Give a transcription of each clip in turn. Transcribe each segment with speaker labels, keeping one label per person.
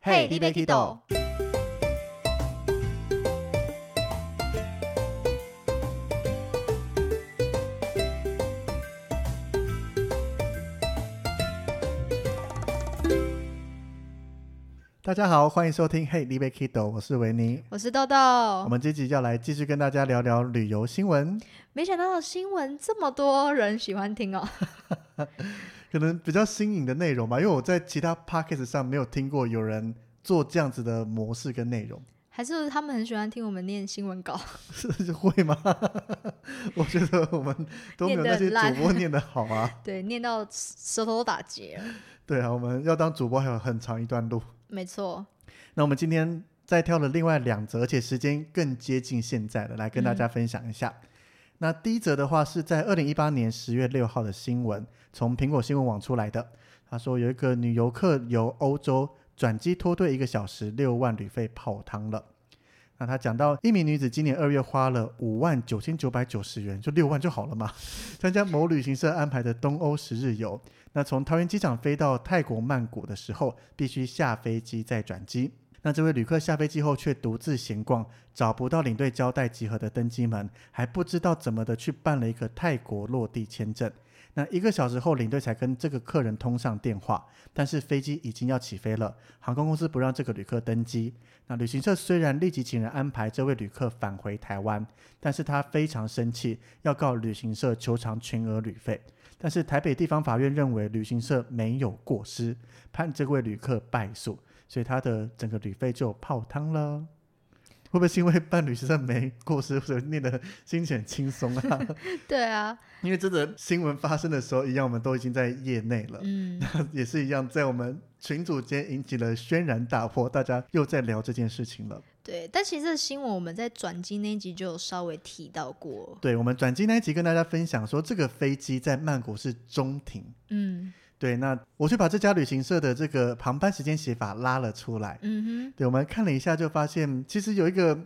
Speaker 1: 嘿你要去倒？
Speaker 2: 大家好，欢迎收听《Hey l i b e Kido》，我是维尼。
Speaker 1: 我是豆
Speaker 2: 我
Speaker 1: 豆。
Speaker 2: 们这集要来继续跟大家聊聊旅游新闻，
Speaker 1: 没想到新闻这么多人喜欢听哦。
Speaker 2: 可能比较新颖的内容吧，因为我在其他 podcast 上没有听过有人做这样子的模式跟内容，
Speaker 1: 还是他们很喜欢听我们念新 闻稿，
Speaker 2: 是是会吗？ 我觉得我们都没有那些
Speaker 1: 念得很烂
Speaker 2: 主播念得好啊。
Speaker 1: 对，念到舌头都打结了。
Speaker 2: 对啊，我们要当主播还有很长一段路。
Speaker 1: 没错，
Speaker 2: 那我们今天再挑了另外两则，而且时间更接近现在了，来跟大家分享一下。那第一则的话是在二零一八年十月六号的新闻，从苹果新闻网出来的。他说有一个女游客由欧洲转机脱队一个小时，六万旅费泡汤了。那他讲到，一名女子今年二月花了五万九千九百九十元，就六万就好了嘛， 参加某旅行社安排的东欧十日游。那从桃园机场飞到泰国曼谷的时候，必须下飞机再转机。那这位旅客下飞机后却独自闲逛，找不到领队交代集合的登机门，还不知道怎么的去办了一个泰国落地签证。那一个小时后，领队才跟这个客人通上电话，但是飞机已经要起飞了，航空公司不让这个旅客登机。那旅行社虽然立即请人安排这位旅客返回台湾，但是他非常生气，要告旅行社求偿全额旅费。但是台北地方法院认为旅行社没有过失，判这位旅客败诉。所以他的整个旅费就有泡汤了。会不会是因为办旅行社没过失，所以念的心情很轻松啊？
Speaker 1: 对啊，
Speaker 2: 因为真的新闻发生的时候，一样我们都已经在业内了，
Speaker 1: 嗯，
Speaker 2: 也是一样在我们群组间引起了轩然大波，大家又在聊这件事情了。
Speaker 1: 对。但其实这个新闻我们在转机那一集就有稍微提到过，
Speaker 2: 对我们转机那一集跟大家分享说，这个飞机在曼谷是中停。
Speaker 1: 嗯
Speaker 2: 对，那我去把这家旅行社的这个航班时间写法拉了出来。
Speaker 1: 嗯
Speaker 2: 对，我们看了一下，就发现其实有一个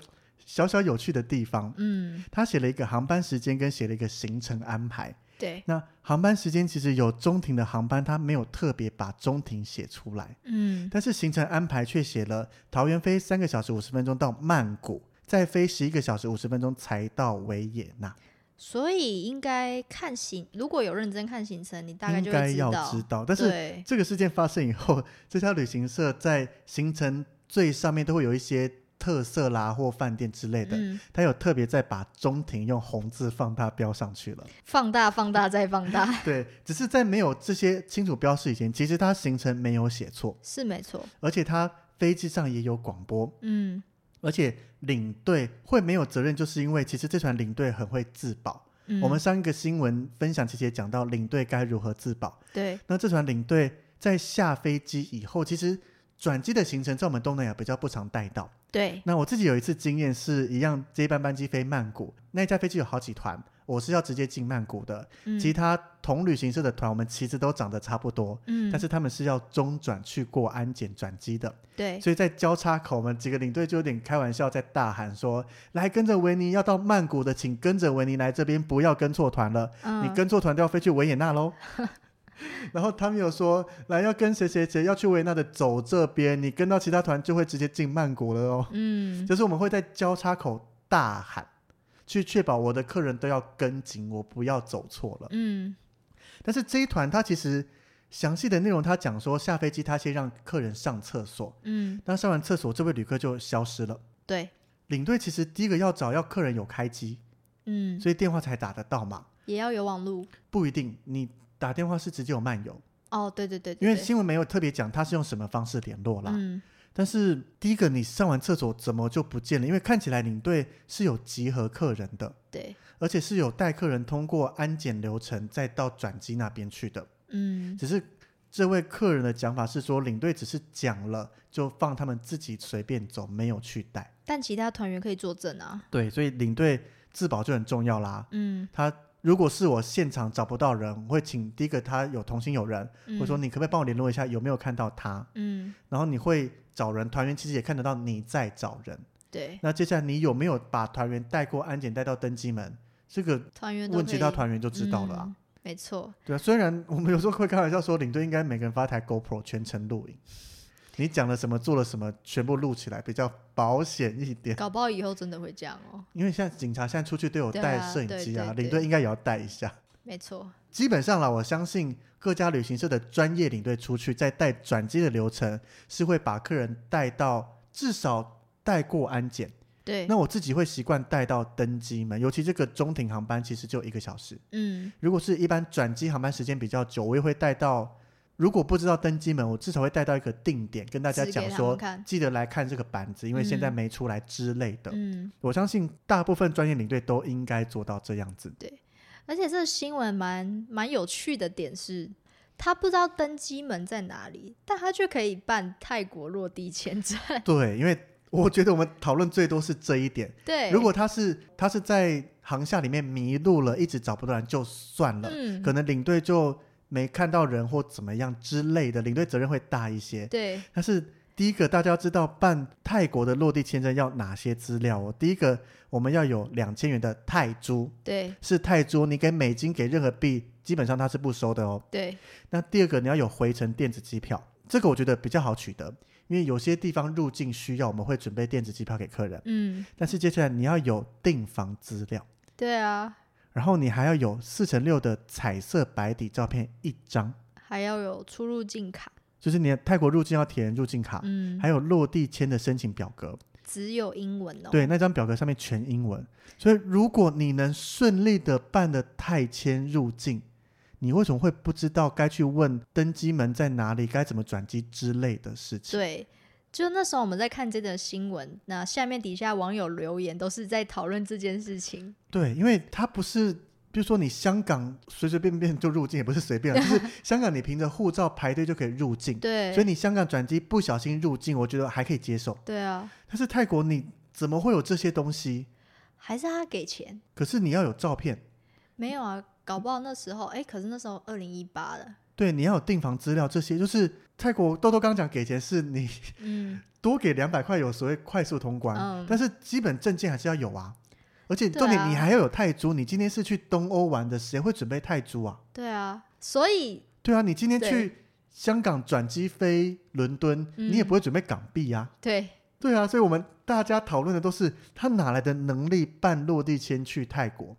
Speaker 2: 小小有趣的地方。
Speaker 1: 哼，嗯，
Speaker 2: 他写了一个航班时间，跟写了一个行程安排。
Speaker 1: 对，
Speaker 2: 那航班时间其实有中停的航班，他没有特别把中停写出来，
Speaker 1: 嗯
Speaker 2: 但是行程安排却写了桃园飞三个小时五十分钟到曼谷，再飞十一个小时五十分钟才到维也纳。
Speaker 1: 所以应该看行，如果有认真看行程，你大概
Speaker 2: 应
Speaker 1: 就会
Speaker 2: 该要
Speaker 1: 道。
Speaker 2: 知道，但是
Speaker 1: 对，
Speaker 2: 这个事件发生以后，这家旅行社在行程最上面都会有一些特色啦或饭店之类的，
Speaker 1: 嗯，
Speaker 2: 他有特别再把中停用红字放大标上去了。
Speaker 1: 放大、放大再放大，
Speaker 2: 对，只是在没有这些清楚标示以前，其实它行程没有写错，
Speaker 1: 是没错。
Speaker 2: 而且它飞机上也有广播，
Speaker 1: 嗯，
Speaker 2: 而且领队会没有责任，就是因为其实这团领队很会自保。
Speaker 1: 嗯
Speaker 2: 我们上一个新闻分享其实也讲到领队该如何自保，
Speaker 1: 对，
Speaker 2: 那这团领队在下飞机以后，其实。转机的行程在我们东南亚比较不常带到。
Speaker 1: 对，
Speaker 2: 那我自己有一次经验是一样，这一班班机飞曼谷，那一架飞机有好几团，我是要直接进曼谷的，
Speaker 1: 嗯，
Speaker 2: 其他同旅行社的团，我们其实都长得差不多，
Speaker 1: 嗯，
Speaker 2: 但是他们是要中转去过安检转机的，
Speaker 1: 对，
Speaker 2: 所以在交叉口，我们几个领队就有点开玩笑，在大喊说：“来跟着维尼要到曼谷的，请跟着维尼来这边，不要跟错团了，
Speaker 1: 嗯，
Speaker 2: 你跟错团都要飞去维也纳喽。” 然后他们有说：“来要跟谁谁谁要去维也纳的，走这边，你跟到其他团就会直接进曼谷了哦。”
Speaker 1: 嗯，
Speaker 2: 就是我们会在交叉口大喊，去确保我的客人都要跟紧我，不要走错了。
Speaker 1: 嗯，
Speaker 2: 但是这一团他其实详细的内容，他讲说下飞机他先让客人上厕所，
Speaker 1: 嗯，
Speaker 2: 那上完厕所这位旅客就消失了。
Speaker 1: 对，
Speaker 2: 领队其实第一个要找要客人有开机，
Speaker 1: 嗯，
Speaker 2: 所以电话才打得到嘛，
Speaker 1: 也要有网路。
Speaker 2: 不一定你打电话是直接有漫游，
Speaker 1: 哦，对对对对，
Speaker 2: 因为
Speaker 1: 对
Speaker 2: 新闻没有特别讲他是用什么方式联络啦。
Speaker 1: 嗯，
Speaker 2: 但是第一个你上完厕所怎么就不见了？因为看起来领队是有集合客人的，
Speaker 1: 对，
Speaker 2: 而且是有带客人通过安检流程再到转机那边去的。
Speaker 1: 嗯，
Speaker 2: 只是这位客人的讲法是说，领队只是讲了，就放他们自己随便走，没有去带。
Speaker 1: 但其他团员可以作证啊。
Speaker 2: 对，所以领队自保就很重要啦。
Speaker 1: 嗯，
Speaker 2: 他如果是我现场找不到人，我会请第一个他有同行有人，
Speaker 1: 嗯
Speaker 2: 会说，你可不可以帮我联络一下有没有看到他？
Speaker 1: 嗯，
Speaker 2: 然后你会找人，团员其实也看得到你在找人。
Speaker 1: 对，
Speaker 2: 那接下来你有没有把团员带过安检带到登机门？这个
Speaker 1: 团员都
Speaker 2: 问
Speaker 1: 可
Speaker 2: 其他
Speaker 1: 以
Speaker 2: 团员就知道了啊。
Speaker 1: 嗯没错，
Speaker 2: 对啊，虽然我们有时候会开玩笑说，领队应该每个人发台 GoPro 全程录影，你讲了什么，做了什么，全部录起来比较保险一点。
Speaker 1: 搞不好以后真的会这样哦。
Speaker 2: 因为现在警察现在出去都有
Speaker 1: 对
Speaker 2: 带
Speaker 1: 啊
Speaker 2: 摄影
Speaker 1: 对
Speaker 2: 机
Speaker 1: 对
Speaker 2: 啊，
Speaker 1: 对
Speaker 2: 领队应该也要带一下。
Speaker 1: 没错，
Speaker 2: 基本上啦，我相信各家旅行社的专业领队出去，在带转机的流程是会把客人带到至少带过安检。
Speaker 1: 对，
Speaker 2: 那我自己会习惯带到登机门，尤其这个中停航班其实就一个小时。
Speaker 1: 嗯，
Speaker 2: 如果是一般转机航班时间比较久，我也会带到。如果不知道登机门，我至少会带到一个定点，跟大家
Speaker 1: 指
Speaker 2: 讲
Speaker 1: 给他
Speaker 2: 说
Speaker 1: 们，看，
Speaker 2: 记得来看这个板子，因为现在
Speaker 1: 嗯
Speaker 2: 没出来之类的。
Speaker 1: 嗯，
Speaker 2: 我相信大部分专业领队都应该做到这样 子。
Speaker 1: 而且这个新闻蛮蛮有趣的点是，他不知道登机门在哪里，但他却可以办泰国落地签证。
Speaker 2: 对，因为我觉得我们讨论最多是这一点。
Speaker 1: 对，
Speaker 2: 如果他是他是在航厦里面迷路了，一直找不到人就算了，
Speaker 1: 嗯，
Speaker 2: 可能领队就没看到人或怎么样之类的，领队责任会大一些。
Speaker 1: 对，
Speaker 2: 但是第一个，大家要知道办泰国的落地签证要哪些资料哦。第一个，我们要有两千元的泰铢，
Speaker 1: 对，
Speaker 2: 是泰铢，你给美金给任何币，基本上它是不收的哦。
Speaker 1: 对，
Speaker 2: 那第二个，你要有回程电子机票，这个我觉得比较好取得，因为有些地方入境需要，我们会准备电子机票给客人。
Speaker 1: 嗯，
Speaker 2: 但是接下来你要有订房资料，
Speaker 1: 对啊，
Speaker 2: 然后你还要有四乘六的彩色白底照片一张，
Speaker 1: 还要有出入境卡，
Speaker 2: 就是你的泰国入境要填入境卡，
Speaker 1: 嗯，
Speaker 2: 啊还有落地签的申请表格。
Speaker 1: 只有英文哦。
Speaker 2: 对，那张表格上面全英文，所以如果你能顺利的办的泰签入境，你为什么会不知道该去问登机门在哪里、该怎么转机之类的事情？
Speaker 1: 对，就那时候我们在看这则新闻，那下面底下网友留言都是在讨论这件事情。
Speaker 2: 对，因为它不是，比如说你香港随随便便就入境，也不是随便啊，就是香港你凭着护照排队就可以入境，
Speaker 1: 对，
Speaker 2: 所以你香港转机不小心入境，我觉得还可以接受。
Speaker 1: 对啊，
Speaker 2: 但是泰国你怎么会有这些东西？
Speaker 1: 还是他给钱？
Speaker 2: 可是你要有照片，
Speaker 1: 没有啊，搞不好那时候，哎，可是那时候二零一八了，
Speaker 2: 对，你要有订房资料，这些就是泰国豆豆刚讲给钱是你
Speaker 1: 嗯。
Speaker 2: 多给两百块有所谓快速通关，
Speaker 1: 嗯
Speaker 2: 但是基本证件还是要有啊。而且
Speaker 1: 对
Speaker 2: 重点，
Speaker 1: 啊
Speaker 2: 你还要有泰铢。你今天是去东欧玩的，谁会准备泰铢啊？
Speaker 1: 对啊，所以
Speaker 2: 对啊，你今天
Speaker 1: 对
Speaker 2: 去香港转机飞伦敦，
Speaker 1: 嗯
Speaker 2: 你也不会准备港币啊。
Speaker 1: 对
Speaker 2: 对啊，所以我们大家讨论的都是他哪来的能力办落地签去泰国？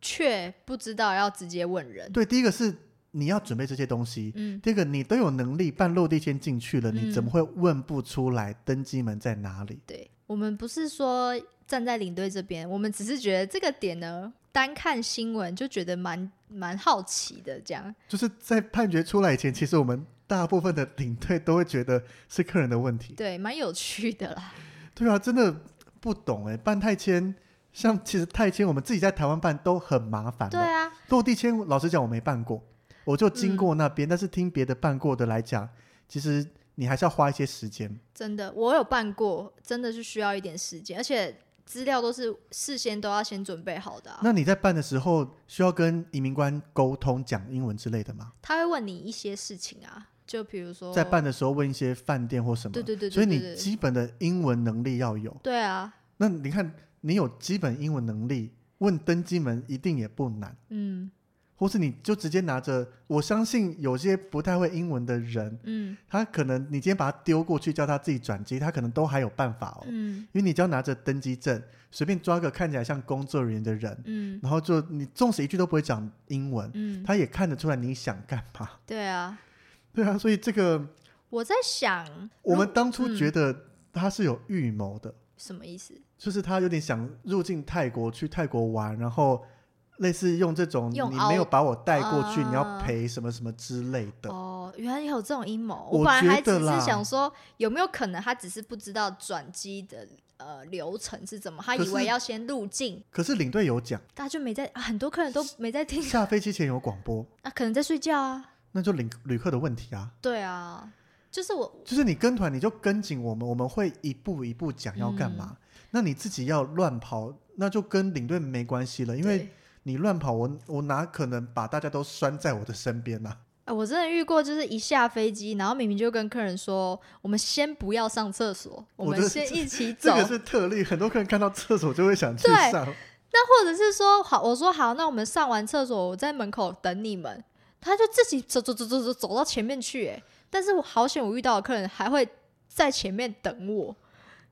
Speaker 1: 却不知道要直接问人。
Speaker 2: 对，第一个是你要准备这些东西，
Speaker 1: 嗯，
Speaker 2: 第二个，你都有能力办落地签进去了，你
Speaker 1: 嗯
Speaker 2: 怎么会问不出来登机门在哪里？
Speaker 1: 对，我们不是说站在领队这边，我们只是觉得这个点呢，单看新闻就觉得蛮蛮好奇的。这样，
Speaker 2: 就是在判决出来以前，其实我们大部分的领队都会觉得是客人的问题。
Speaker 1: 对，蛮有趣 的啦。
Speaker 2: 对啊，真的不懂哎、办泰签，像其实泰签我们自己在台湾办都很麻烦
Speaker 1: 对
Speaker 2: 的。
Speaker 1: 啊，
Speaker 2: 落地签，老实讲我没办过，我就经
Speaker 1: 嗯
Speaker 2: 过那边，但是听别的办过的来讲，其实你还是要花一些时间。
Speaker 1: 真的，我有办过，真的是需要一点时间，而且资料都是事先都要先准备好的、啊。
Speaker 2: 那你在办的时候需要跟移民官沟通讲英文之类的吗？
Speaker 1: 他会问你一些事情啊，就比如说，
Speaker 2: 在办的时候问一些饭店或什么，
Speaker 1: 对对对对
Speaker 2: 所以你
Speaker 1: 对对
Speaker 2: 基本的英文能力要有。
Speaker 1: 对啊，
Speaker 2: 那你看，你有基本英文能力，问登机门一定也不难，
Speaker 1: 嗯
Speaker 2: 或是你就直接拿着。我相信有些不太会英文的人，
Speaker 1: 嗯
Speaker 2: 他可能你今天把他丢过去，叫他自己转机，他可能都还有办法哦。
Speaker 1: 嗯
Speaker 2: 因为你只要拿着登机证，随便抓个看起来像工作人员的人，
Speaker 1: 嗯
Speaker 2: 然后就你纵使一句都不会讲英文，
Speaker 1: 嗯，
Speaker 2: 他也看得出来你想干嘛。
Speaker 1: 对啊。
Speaker 2: 对啊，所以这个
Speaker 1: 我在想，
Speaker 2: 我
Speaker 1: 如
Speaker 2: 们当初
Speaker 1: 嗯
Speaker 2: 觉得他是有预谋的，
Speaker 1: 什么意思？
Speaker 2: 就是他有点想入境泰国，去泰国玩，然后类似用这种你
Speaker 1: 用
Speaker 2: 没有
Speaker 1: 凹
Speaker 2: 把我带过去，你要
Speaker 1: 啊
Speaker 2: 赔什么什么之类的。
Speaker 1: 哦，原来也有这种阴谋。
Speaker 2: 我
Speaker 1: 本来还
Speaker 2: 觉
Speaker 1: 只
Speaker 2: 得
Speaker 1: 是
Speaker 2: 啦
Speaker 1: 想说，有没有可能他只是不知道转机的呃流程是怎么，他
Speaker 2: 可
Speaker 1: 以为
Speaker 2: 是
Speaker 1: 要先入境，
Speaker 2: 可是领队有 讲，
Speaker 1: 大家就没在，啊很多客人都没在听，
Speaker 2: 下飞机前有广播，
Speaker 1: 啊，可能在睡觉啊。
Speaker 2: 那就领旅客的问题啊。
Speaker 1: 对啊，就是我，
Speaker 2: 就是你跟团，你就跟紧我们，我们会一步一步讲要干
Speaker 1: 嗯
Speaker 2: 嘛。那你自己要乱跑，那就跟领队没关系了，因为
Speaker 1: 对
Speaker 2: 你乱跑，我我哪可能把大家都拴在我的身边 呢、
Speaker 1: 啊，我真的遇过，就是一下飞机，然后明明就跟客人说，我们先不要上厕所，我
Speaker 2: 我
Speaker 1: 们
Speaker 2: 觉得
Speaker 1: 先一起走
Speaker 2: 这。个是特例，很多客人看到厕所就会想去
Speaker 1: 对
Speaker 2: 上。
Speaker 1: 那或者是说好，我说好，那我们上完厕所，我在门口等你们。欸他就自己走走走走走走到前面去，哎，但是我好险，我遇到的客人还会在前面等我。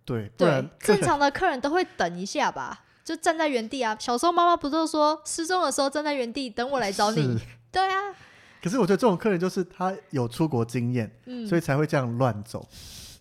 Speaker 2: 对，啊不
Speaker 1: 对
Speaker 2: 然，
Speaker 1: 正常的客人都会等一下吧，就站在原地啊。小时候妈妈不都说失踪的时候站在原地等我来找你？
Speaker 2: 是。
Speaker 1: 对啊，
Speaker 2: 可是我觉得这种客人就是他有出国经验，
Speaker 1: 嗯，
Speaker 2: 所以才会这样乱走。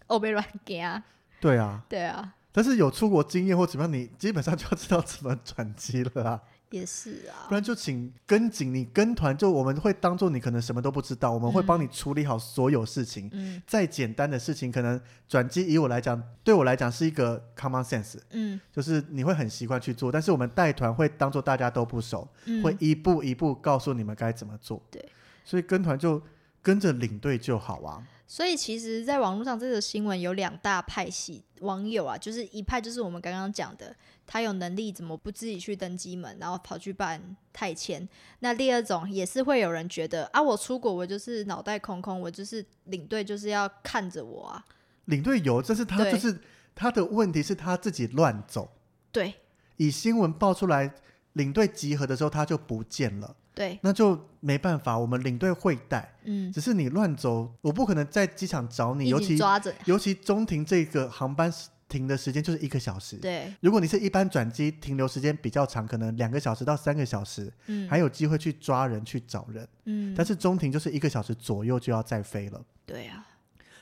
Speaker 1: 我被乱给啊，
Speaker 2: 对啊，
Speaker 1: 对啊，
Speaker 2: 但是有出国经验或怎么样，你基本上就要知道怎么转机了啊，
Speaker 1: 也是啊
Speaker 2: 不，然就请跟紧你跟团，就我们会当做你可能什么都不知道，我们会帮你处理好所有事情。
Speaker 1: 嗯
Speaker 2: 再简单的事情，可能转机以我来讲，对我来讲是一个 common sense，
Speaker 1: 嗯
Speaker 2: 就是你会很习惯去做。但是我们带团会当做大家都不熟，
Speaker 1: 嗯，
Speaker 2: 会一步一步告诉你们该怎么做。
Speaker 1: 对，
Speaker 2: 所以跟团就跟着领队就好啊。
Speaker 1: 所以其实，在网络上这个新闻有两大派系，网友啊，就是一派就是我们刚刚讲的，他有能力怎么不自己去登机门，然后跑去办泰签。那第二种也是会有人觉得啊，我出国我就是脑袋空空，我就是领队就是要看着我啊，
Speaker 2: 领队有，但是他
Speaker 1: 对
Speaker 2: 就是他的问题是他自己乱走。
Speaker 1: 对
Speaker 2: 以新闻爆出来，领队集合的时候他就不见了，
Speaker 1: 对，
Speaker 2: 那就没办法，我们领队会带。
Speaker 1: 嗯，
Speaker 2: 只是你乱走，我不可能在机场找你，
Speaker 1: 一
Speaker 2: 尤
Speaker 1: 紧
Speaker 2: 其
Speaker 1: 抓着，
Speaker 2: 尤其中停这个航班停的时间就是一个小时。
Speaker 1: 对，
Speaker 2: 如果你是一般转机，停留时间比较长，可能两个小时到三个小时，
Speaker 1: 嗯
Speaker 2: 还有机会去抓人去找人。
Speaker 1: 嗯，
Speaker 2: 但是中停就是一个小时左右就要再飞了。
Speaker 1: 对啊，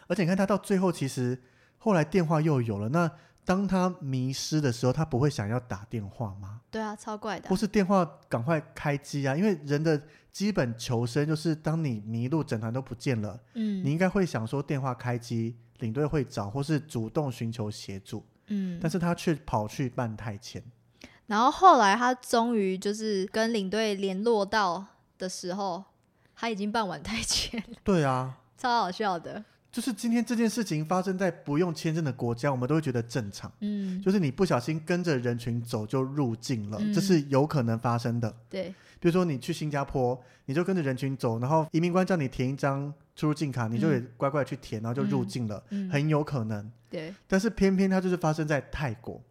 Speaker 2: 而且你看他到最后，其实后来电话又有了。那当他迷失的时候，他不会想要打电话吗？
Speaker 1: 对啊，超怪的
Speaker 2: 或，是电话赶快开机啊？因为人的基本求生就是，当你迷路，整团都不见了，你
Speaker 1: 嗯
Speaker 2: 应该会想说电话开机，领队会找，或是主动寻求协助。
Speaker 1: 嗯，
Speaker 2: 但是他却跑去办太签，
Speaker 1: 然后后来他终于就是跟领队联络到的时候，他已经办完泰签，
Speaker 2: 对啊。
Speaker 1: 超好笑的。
Speaker 2: 就是今天这件事情发生在不用签证的国家，我们都会觉得正常。
Speaker 1: 嗯，
Speaker 2: 就是你不小心跟着人群走就入境了，
Speaker 1: 嗯
Speaker 2: 这是有可能发生的。
Speaker 1: 对，
Speaker 2: 比如说你去新加坡，你就跟着人群走，然后移民官叫你填一张出入境卡，你就也乖乖地去填，然后就入境了，
Speaker 1: 嗯，
Speaker 2: 很有可能。
Speaker 1: 对，
Speaker 2: 但是偏偏它就是发生在泰国，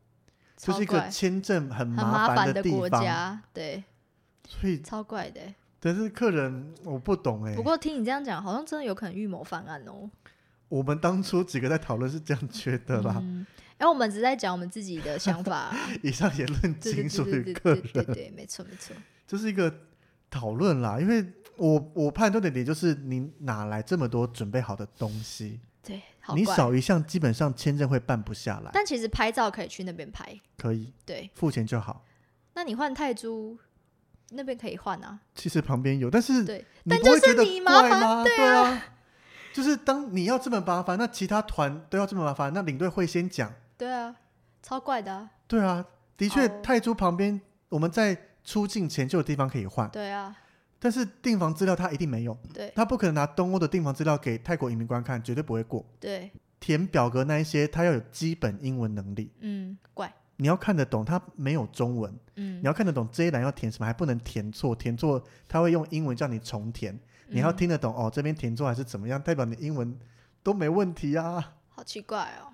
Speaker 2: 就
Speaker 1: 超
Speaker 2: 是一个
Speaker 1: 怪，
Speaker 2: 签证很
Speaker 1: 很
Speaker 2: 麻
Speaker 1: 麻
Speaker 2: 烦
Speaker 1: 的
Speaker 2: 地
Speaker 1: 国
Speaker 2: 方，
Speaker 1: 家，对，
Speaker 2: 所以
Speaker 1: 超怪的欸。
Speaker 2: 但是客人我不懂哎、
Speaker 1: 不过听你这样讲，好像真的有可能预谋犯案哦、
Speaker 2: 我们当初几个在讨论是这样觉得啦。
Speaker 1: 嗯，因为我们只是在讲我们自己的想法啊、
Speaker 2: 以上言论
Speaker 1: 对
Speaker 2: 仅
Speaker 1: 对对
Speaker 2: 属
Speaker 1: 对
Speaker 2: 于
Speaker 1: 对
Speaker 2: 个
Speaker 1: 对
Speaker 2: 人，
Speaker 1: 对对，没错没 错。
Speaker 2: 这是一个讨论啦。因为我我判断的点就是，你哪来这么多准备好的东西？
Speaker 1: 对，好
Speaker 2: 你
Speaker 1: 怪。
Speaker 2: 少一项，基本上签证会办不下来。
Speaker 1: 但其实拍照可以去那边拍，
Speaker 2: 可以
Speaker 1: 对。
Speaker 2: 付钱就好。
Speaker 1: 那你换泰铢那边可以换啊，
Speaker 2: 其实旁边有，但是
Speaker 1: 对。
Speaker 2: 你
Speaker 1: 但
Speaker 2: 不
Speaker 1: 就
Speaker 2: 会
Speaker 1: 是
Speaker 2: 觉得
Speaker 1: 你麻
Speaker 2: 怪
Speaker 1: 烦
Speaker 2: 吗？对啊，就是当你要这么麻烦，那其他团都要这么麻烦，那领队会先讲。
Speaker 1: 对啊，超怪的啊、
Speaker 2: 对啊，的确
Speaker 1: 哦，
Speaker 2: 泰铢旁边我们在出境前就有地方可以换，
Speaker 1: 对啊，
Speaker 2: 但是订房资料他一定没有，
Speaker 1: 对
Speaker 2: 他不可能拿东欧的订房资料给泰国移民官看，绝对不会过。
Speaker 1: 对，
Speaker 2: 填表格那一些，他要有基本英文能力，
Speaker 1: 嗯，怪，
Speaker 2: 你要看得懂，他没有中文，
Speaker 1: 嗯
Speaker 2: 你，要看得懂这一栏要填什么，还不能填错，填错他会用英文叫你重填，你要
Speaker 1: 嗯
Speaker 2: 听得懂、哦，这边填错还是怎么样，代表你英文都没问题啊。
Speaker 1: 好奇怪哦，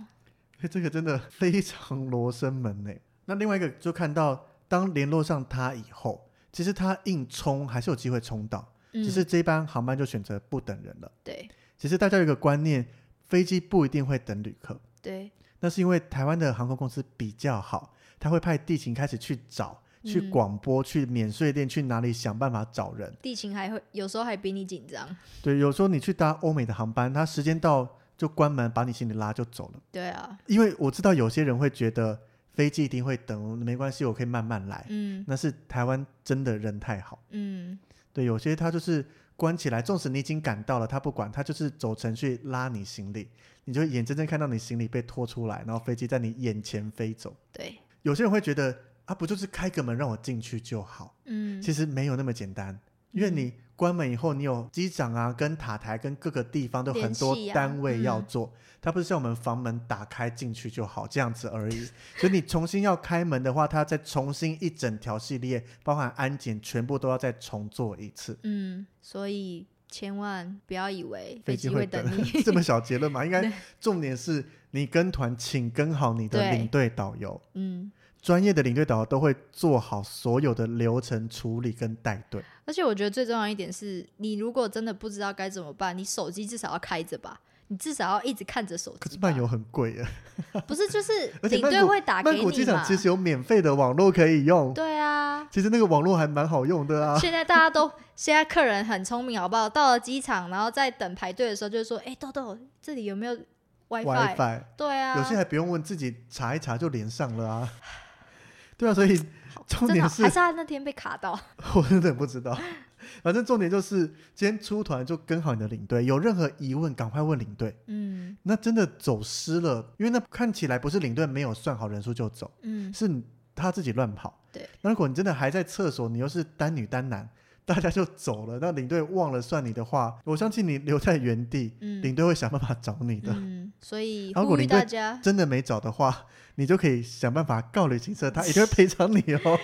Speaker 2: 所以这个真的非常罗生门呢。那另外一个就看到，当联络上他以后，其实他硬冲还是有机会冲到，
Speaker 1: 嗯，
Speaker 2: 只是这一班航班就选择不等人了。
Speaker 1: 对
Speaker 2: 其实大家有一个观念，飞机不一定会等旅客。
Speaker 1: 对，
Speaker 2: 那是因为台湾的航空公司比较好，他会派地勤开始去找、去
Speaker 1: 嗯
Speaker 2: 广播、去免税店、去哪里想办法找人。
Speaker 1: 地勤还会有时候还比你紧张，
Speaker 2: 对，有时候你去搭欧美的航班，他时间到就关门，把你行李拉就走了。
Speaker 1: 对啊，
Speaker 2: 因为我知道有些人会觉得飞机一定会等，没关系，我可以慢慢来。
Speaker 1: 嗯
Speaker 2: 那是台湾真的人太好，
Speaker 1: 嗯，
Speaker 2: 对，有些他就是关起来，纵使你已经赶到了，他不管，他就是走程序拉你行李，你就眼睁睁看到你行李被拖出来，然后飞机在你眼前飞走。
Speaker 1: 对，
Speaker 2: 有些人会觉得啊，不就是开个门让我进去就好？
Speaker 1: 嗯，
Speaker 2: 其实没有那么简单，因为你关门以后，你有机长啊、跟塔台、跟各个地方都有很多
Speaker 1: 联系啊
Speaker 2: 单位要
Speaker 1: 嗯
Speaker 2: 做，它不是像我们房门打开进去就好这样子而已。所以你重新要开门的话，它再重新一整条系列，包含安检，全部都要再重做一次。
Speaker 1: 嗯，所以千万不要以为
Speaker 2: 飞
Speaker 1: 机
Speaker 2: 机
Speaker 1: 会
Speaker 2: 等
Speaker 1: 你，
Speaker 2: 这么小结论嘛？应该
Speaker 1: 对
Speaker 2: 重点是你跟团，请跟好你的
Speaker 1: 对
Speaker 2: 领队导游。
Speaker 1: 嗯，
Speaker 2: 专业的领队导游都会做好所有的流程处理跟带队。
Speaker 1: 而且我觉得最重要一点是，你如果真的不知道该怎么办，你手机至少要开着吧。你至少要一直看着手
Speaker 2: 可是
Speaker 1: 机吧。
Speaker 2: 漫游很贵耶，
Speaker 1: 不是就是
Speaker 2: 而且
Speaker 1: 领
Speaker 2: 曼
Speaker 1: 队
Speaker 2: 谷
Speaker 1: 会打
Speaker 2: 曼
Speaker 1: 给
Speaker 2: 谷机
Speaker 1: 你
Speaker 2: 场
Speaker 1: 嘛？
Speaker 2: 其实有免费的网络可以用，
Speaker 1: 对啊，
Speaker 2: 其实那个网络还蛮好用的 啊。
Speaker 1: 现在大家都现在客人很聪明，好不好？到了机场，然后在等排队的时候，就是说，哎、豆豆这里有没有 WiFi？
Speaker 2: WiFi
Speaker 1: 对啊，
Speaker 2: 有些还不用问，自己查一查就连上了啊。 对啊，所以重
Speaker 1: 真的
Speaker 2: 点
Speaker 1: 还
Speaker 2: 是
Speaker 1: 啊是他那天被卡到。
Speaker 2: 我真的不知 道。反正重点就是，今天出团就跟好你的领队，有任何疑问赶快问领队。
Speaker 1: 嗯
Speaker 2: 那真的走失了，因为那看起来不是领队没有算好人数就走，
Speaker 1: 嗯，
Speaker 2: 是你他自己乱跑。
Speaker 1: 对，
Speaker 2: 那如果你真的还在厕所，你又是单女单男， 大家就走了，那领队忘了算你的话，我相信你留在原地，
Speaker 1: 嗯
Speaker 2: 领队会想办法找你的。
Speaker 1: 嗯，所以
Speaker 2: 然后
Speaker 1: 呼吁
Speaker 2: 领队
Speaker 1: 大家
Speaker 2: 真的没找的话，你就可以想办法告旅行社，他一定会赔偿你 哦。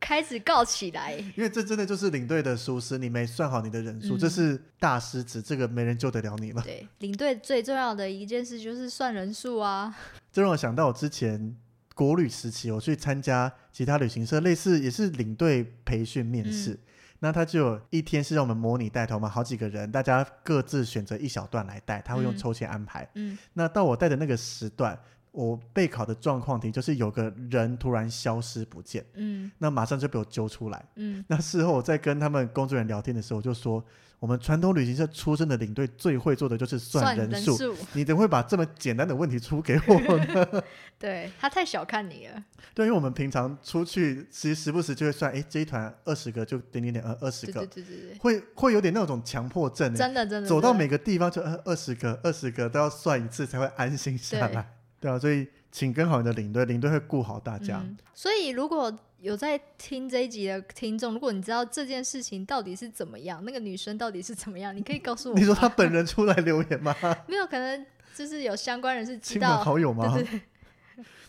Speaker 1: 开始告起 来。
Speaker 2: 因为这真的就是领队的疏失，你没算好你的人数，
Speaker 1: 嗯
Speaker 2: 这是大失职，这个没人救得了你了。
Speaker 1: 对，领队最重要的一件事就是算人数啊。
Speaker 2: 这让我想到我之前国旅时期，我去参加其他旅行社，类似也是领队培训面试。那他就有一天是让我们模拟带头嘛，好几个人，大家各自选择一小段来带，他会用
Speaker 1: 嗯
Speaker 2: 抽签安排。
Speaker 1: 嗯
Speaker 2: 那到我带的那个时段，我备考的状况题就是有个人突然消失不见，
Speaker 1: 嗯
Speaker 2: 那马上就被我揪出来。
Speaker 1: 嗯，
Speaker 2: 那事后我在跟他们工作人员聊天的时候，我就说，我们传统旅行社出身的领队最会做的就是算人
Speaker 1: 人
Speaker 2: 数。
Speaker 1: 数，
Speaker 2: 你怎么会把这么简单的问题出给我呢？
Speaker 1: 对他太小看你了。
Speaker 2: 对，因为我们平常出去，其实时不时就会算，诶，这一团二十个就点点点，呃，二十
Speaker 1: 对
Speaker 2: 个
Speaker 1: 对，对对
Speaker 2: 会会有点那种强迫症
Speaker 1: 对，
Speaker 2: 欸，
Speaker 1: 真的真的
Speaker 2: 走到
Speaker 1: 真的
Speaker 2: 每个地方就呃二十个，二十个都要算一次才会安心下
Speaker 1: 对
Speaker 2: 来。对啊，所以请跟好你的领队，领队会顾好大家。
Speaker 1: 嗯。所以如果有在听这一集的听众，如果你知道这件事情到底是怎么样，那个女生到底是怎么样，你可以告诉我吗。
Speaker 2: 你说他本人出来留言吗？
Speaker 1: 没有可能，就是有相关人士 知
Speaker 2: 亲朋
Speaker 1: 道。
Speaker 2: 好友吗？
Speaker 1: 对对，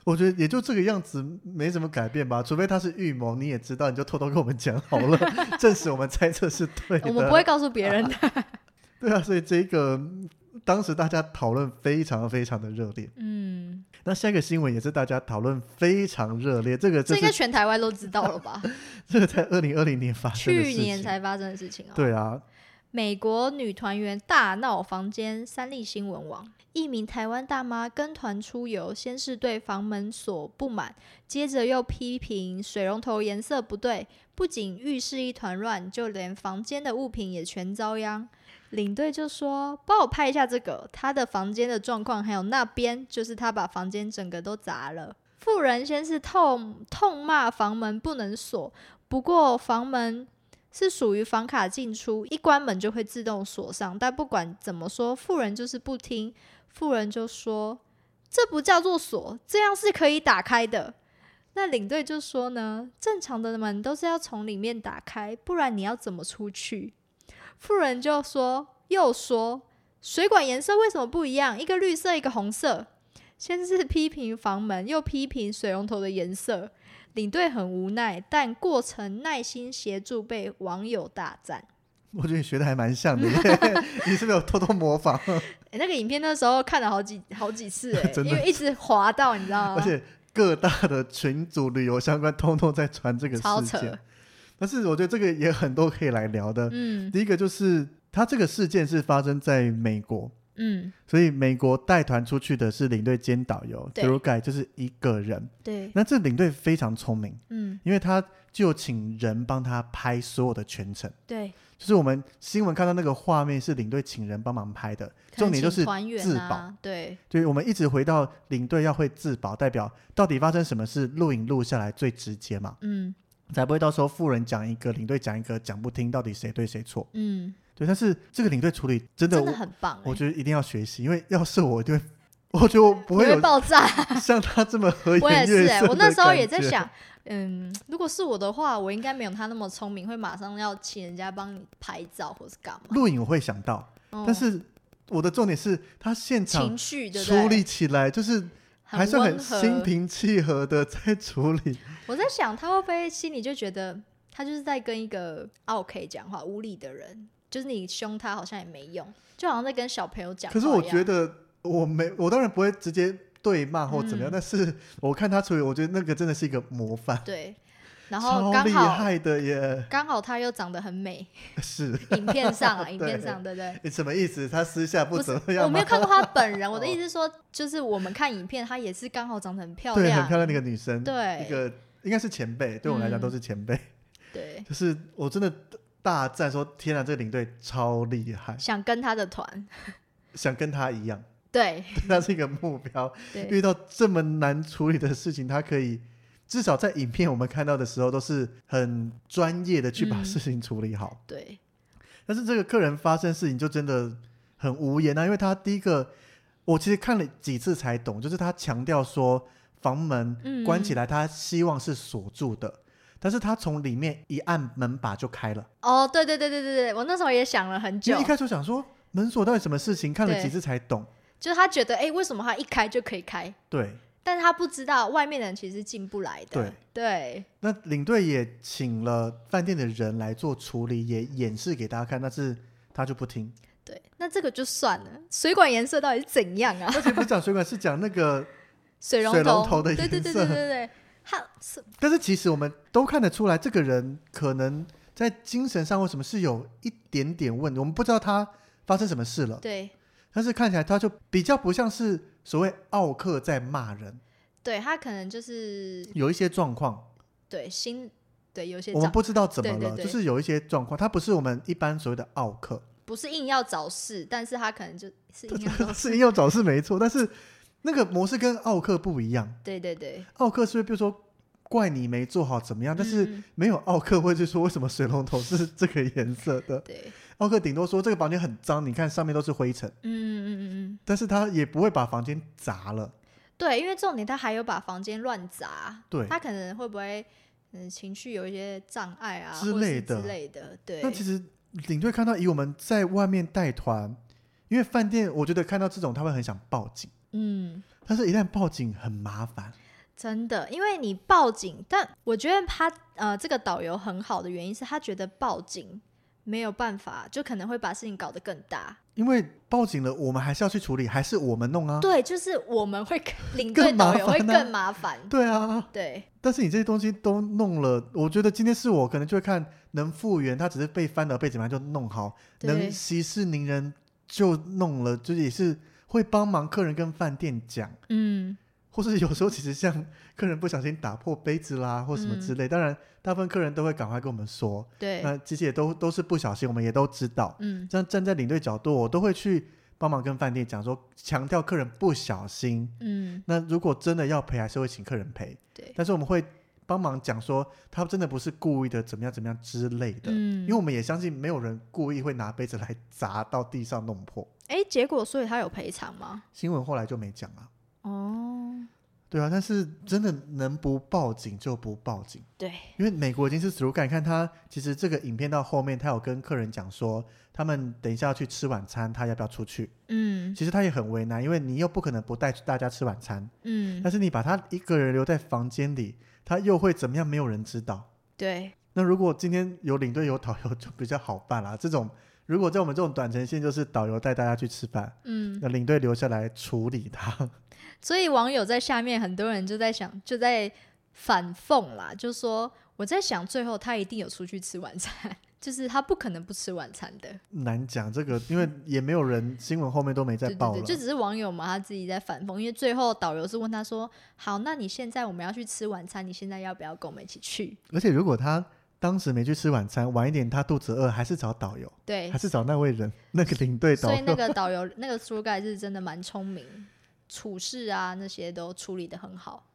Speaker 2: 我觉得也就这个样子，没什么改变吧。除非他是预谋，你也知道，你就偷偷跟我们讲好 了，证实我们猜测是对的。
Speaker 1: 我们不会告诉别人 的。
Speaker 2: 对啊，所以这个嗯当时大家讨论非常非常的热烈。
Speaker 1: 嗯，
Speaker 2: 那下一个新闻也是大家讨论非常热烈，这个
Speaker 1: 这
Speaker 2: 就
Speaker 1: 应该
Speaker 2: 是
Speaker 1: 全台湾都知道 了吧？
Speaker 2: 这个在二零二零年发生的事
Speaker 1: 去
Speaker 2: 情。
Speaker 1: 年才发生的事情哦。
Speaker 2: 对啊，
Speaker 1: 美国女团员大闹房间，三立新闻网。一名台湾大妈跟团出游，先是对房门锁不满，接着又批评水龙头颜色不对，不仅浴室一团乱，就连房间的物品也全遭殃。领队就说：“帮我拍一下这个，他的房间的状况，还有那边，就是他把房间整个都砸了。”妇人先是痛痛骂房门不能锁，不过房门是属于房卡进出，一关门就会自动锁上。但不管怎么说，富人就是不听，富人就说这不叫做锁，这样是可以打开的。那领队就说呢，正常的门都是要从里面打开，不然你要怎么出去？富人就说又说水管颜色为什么不一样？一个绿色，一个红色。先是批评房门，又批评水龙头的颜色，领队很无奈，但过程耐心协助被网友大赞。
Speaker 2: 我觉得你学的还蛮像的 耶，你是不是有偷偷模仿？
Speaker 1: 诶那个影片那时候看了好几好 几次、诶
Speaker 2: 真的
Speaker 1: 因为一直滑到，你知道
Speaker 2: 而
Speaker 1: 吗？
Speaker 2: 且各大的群组旅游相关，通通在传这个
Speaker 1: 超
Speaker 2: 事
Speaker 1: 扯
Speaker 2: 件。但是我觉得这个也很多可以来聊的。
Speaker 1: 嗯
Speaker 2: 第一个就是它这个事件是发生在美国，
Speaker 1: 嗯，
Speaker 2: 所以美国带团出去的是领队兼导游
Speaker 1: 对
Speaker 2: d r u g a 就是一个人。
Speaker 1: 对，
Speaker 2: 那这领队非常聪明，
Speaker 1: 嗯
Speaker 2: 因为他就请人帮他拍所有的全程。
Speaker 1: 对，
Speaker 2: 就是我们新闻看到那个画面是领队请人帮忙拍的，
Speaker 1: 可
Speaker 2: 重
Speaker 1: 能
Speaker 2: 点就
Speaker 1: 请
Speaker 2: 是
Speaker 1: 团员
Speaker 2: 自保
Speaker 1: 啊，对，
Speaker 2: 对，我们一直回到领队要会自保，代表到底发生什么事，录影录下来最直接嘛，
Speaker 1: 嗯
Speaker 2: 才不会到时候富人讲一个，领队讲一个，讲不听，到底谁对谁错？
Speaker 1: 嗯，
Speaker 2: 对，但是这个领队处理真的，
Speaker 1: 真的
Speaker 2: 我
Speaker 1: 很棒、
Speaker 2: 我
Speaker 1: 诶
Speaker 2: 觉得一定要学习，因为要是我，一定会， 我觉得我不
Speaker 1: 不
Speaker 2: 会有
Speaker 1: 爆炸。
Speaker 2: 像他这么和
Speaker 1: 我也
Speaker 2: 颜
Speaker 1: 是、
Speaker 2: 悦
Speaker 1: 诶
Speaker 2: 色
Speaker 1: 我那
Speaker 2: 的
Speaker 1: 时候
Speaker 2: 感
Speaker 1: 也在
Speaker 2: 觉，
Speaker 1: 想，嗯，如果是我的话，我应该没有他那么聪明，会马上要请人家帮你拍照或是干嘛。
Speaker 2: 录影我会想到，
Speaker 1: 嗯
Speaker 2: 但是我的重点是他现场
Speaker 1: 情绪对不对
Speaker 2: 处理起来就是还算很
Speaker 1: 温和
Speaker 2: 心平气和的在处理，
Speaker 1: 我在想，他会不会心里就觉得他就是在跟一个 OK 讲话，无理的人，就是你凶他好像也没用，就好像在跟小朋友讲话
Speaker 2: 可
Speaker 1: 一
Speaker 2: 是
Speaker 1: 样。
Speaker 2: 我觉得我没，我当然不会直接对骂或怎么样，
Speaker 1: 嗯
Speaker 2: 但是我看他处理，我觉得那个真的是一个模范。
Speaker 1: 对，然后
Speaker 2: 超
Speaker 1: 刚
Speaker 2: 厉
Speaker 1: 好
Speaker 2: 害的耶！
Speaker 1: 刚好她又长得很美，
Speaker 2: 是，
Speaker 1: 影片上啊，影片
Speaker 2: 对
Speaker 1: 上对不对？
Speaker 2: 你什么意思？他私下不
Speaker 1: 不是
Speaker 2: 怎么，样
Speaker 1: 我没有
Speaker 2: 吗
Speaker 1: 看过她本 人。我的
Speaker 2: 哦
Speaker 1: 意思是说，就是我们看影片，她也是刚好长得很漂
Speaker 2: 对，很
Speaker 1: 亮，
Speaker 2: 漂亮的一个女生，
Speaker 1: 对
Speaker 2: 一个应该是前辈，对我们来讲
Speaker 1: 嗯
Speaker 2: 都是前辈。
Speaker 1: 对，
Speaker 2: 就是我真的大赞说，天啊，这个领队超厉害，
Speaker 1: 想跟她的团，
Speaker 2: 想跟他一 样，
Speaker 1: 对
Speaker 2: 那是一个目标。
Speaker 1: 对
Speaker 2: 遇到这么难处理的事情，他可以至少在影片我们看到的时候，都是很专业的去把
Speaker 1: 嗯
Speaker 2: 事情处理好。
Speaker 1: 对，
Speaker 2: 但是这个客人发生事情就真的很无言啊，因为他第一个，我其实看了几次才懂，就是他强调说房门
Speaker 1: 嗯，
Speaker 2: 关起来，他希望是锁住的，但是他从里面一按门把就开了。
Speaker 1: 哦，对对对对对对，我那时候也想了很
Speaker 2: 因
Speaker 1: 久
Speaker 2: 为一，开始我想说门锁到底什么事情，看了
Speaker 1: 对
Speaker 2: 几次才懂。
Speaker 1: 就是他觉得，哎，为什么他一开就可以开？
Speaker 2: 对，
Speaker 1: 但是他不知道外面的人其实进不来的
Speaker 2: 对，
Speaker 1: 对
Speaker 2: 那领队也请了饭店的人来做处理，也演示给大家看，但是他就不听。
Speaker 1: 对，那这个就算了。水管颜色到底是怎 样啊？
Speaker 2: 而且不是讲水管，是讲那个。
Speaker 1: 水龙
Speaker 2: 水龙
Speaker 1: 头
Speaker 2: 头的
Speaker 1: 对对
Speaker 2: 颜
Speaker 1: 对
Speaker 2: 色
Speaker 1: 对对对，它是
Speaker 2: 但是其实我们都看得出来，这个人可能在精神上为什么是有一点点问题，我们不知道他发生什么事了。
Speaker 1: 对
Speaker 2: 但是看起来他就比较不像是所谓奥克在骂人，
Speaker 1: 对，它可能就是
Speaker 2: 有一些状况
Speaker 1: 对心对有些
Speaker 2: 我们
Speaker 1: 找
Speaker 2: 不知道怎么了，
Speaker 1: 对对对
Speaker 2: 就是有一些状况，他不是我们一般所谓的奥克。
Speaker 1: 不是硬要找事，但是他可能就是硬要找
Speaker 2: 是
Speaker 1: 事。
Speaker 2: 要找是没错，但是那个模式跟奥克不一样。
Speaker 1: 对对对，
Speaker 2: 奥克是比如说怪你没做好怎么样，啊但是
Speaker 1: 嗯嗯
Speaker 2: 没有奥克会去说为什么水龙头是这个颜色的。
Speaker 1: 对，
Speaker 2: 奥克顶多说这个房间很脏，你看上面都是灰尘，
Speaker 1: 嗯嗯嗯嗯嗯，
Speaker 2: 但是他也不会把房间砸了。
Speaker 1: 对，因为重点他还有把房间乱砸，
Speaker 2: 对
Speaker 1: 他可能会不会嗯情绪有一些障碍啊
Speaker 2: 之
Speaker 1: 或是
Speaker 2: 类的
Speaker 1: 之类的，对
Speaker 2: 那其实领队看到以我们在外面带团，因为饭店我觉得看到这种他会很想报警，
Speaker 1: 嗯。
Speaker 2: 但是一旦报警很麻烦。
Speaker 1: 真的，因为你报警，但我觉得他呃，这个导游很好的原因是他觉得报警没有办法，就可能会把事情搞得更大。
Speaker 2: 因为报警了，我们还是要去处理，还是我们弄啊？
Speaker 1: 对，就是我们会 领队
Speaker 2: 更麻
Speaker 1: 导游会
Speaker 2: 烦啊
Speaker 1: 更麻烦。
Speaker 2: 对啊，
Speaker 1: 对
Speaker 2: 但是你这些东西都弄了，我觉得今天是我可能就会看能复原，它只是被翻了被怎么样就弄好，能
Speaker 1: 对
Speaker 2: 息事宁人就弄了，就是也是会帮忙客人跟饭店讲，
Speaker 1: 嗯，
Speaker 2: 或是有时候其实像客人不小心打破杯子啦或什么之类，当然大部分客人都会赶快跟我们说，
Speaker 1: 对，
Speaker 2: 那其实也都都是不小心，我们也都知道。
Speaker 1: 嗯，
Speaker 2: 这样站在领队角度，我都会去帮忙跟饭店讲说，强调客人不小心，
Speaker 1: 嗯，
Speaker 2: 那如果真的要赔，还是会请客人赔。
Speaker 1: 对，
Speaker 2: 但是我们会帮忙讲说，他真的不是故意的，怎么样怎么样之类的。
Speaker 1: 嗯，
Speaker 2: 因为我们也相信没有人故意会拿杯子来砸到地上弄破。
Speaker 1: 哎，结果所以他有赔偿吗？
Speaker 2: 新闻后来就没讲啊。
Speaker 1: 哦，
Speaker 2: 对啊，但是真的能不报警就不报警，
Speaker 1: 对，
Speaker 2: 因为美国已经是死路感。你看他其实这个影片到后面，他有跟客人讲说，他们等一下要去吃晚餐，他要不要出去？
Speaker 1: 嗯
Speaker 2: 其实他也很为难，因为你又不可能不带大家吃晚餐，
Speaker 1: 嗯，
Speaker 2: 但是你把他一个人留在房间里，他又会怎么样？没有人知道。
Speaker 1: 对，
Speaker 2: 那如果今天有领队有导游就比较好办啦。这种如果在我们这种短程线，就是导游带大家去吃饭，
Speaker 1: 嗯，
Speaker 2: 那领队留下来处理他。
Speaker 1: 所以网友在下面很多人就在想，就在反讽啦，就说我在想，最后他一定有出去吃晚餐， 就是他不可能不吃晚餐的。
Speaker 2: 难讲这个，因为也没有人新闻后面都没在
Speaker 1: 对
Speaker 2: 报
Speaker 1: 对
Speaker 2: 了
Speaker 1: 对，。就只是网友嘛，他自己在反讽，因为最后导游是问他说：“好，那你现在我们要去吃晚餐，你现在要不要跟我们一起去
Speaker 2: 而且如果他当时没去吃晚餐，晚一点他肚子饿，还是找导游，？”
Speaker 1: 对
Speaker 2: 还，是找那位人 那个领队导
Speaker 1: 所以那
Speaker 2: 游。
Speaker 1: 个导游那个 t o u 是真的蛮聪明，处事啊那些都处理的很好。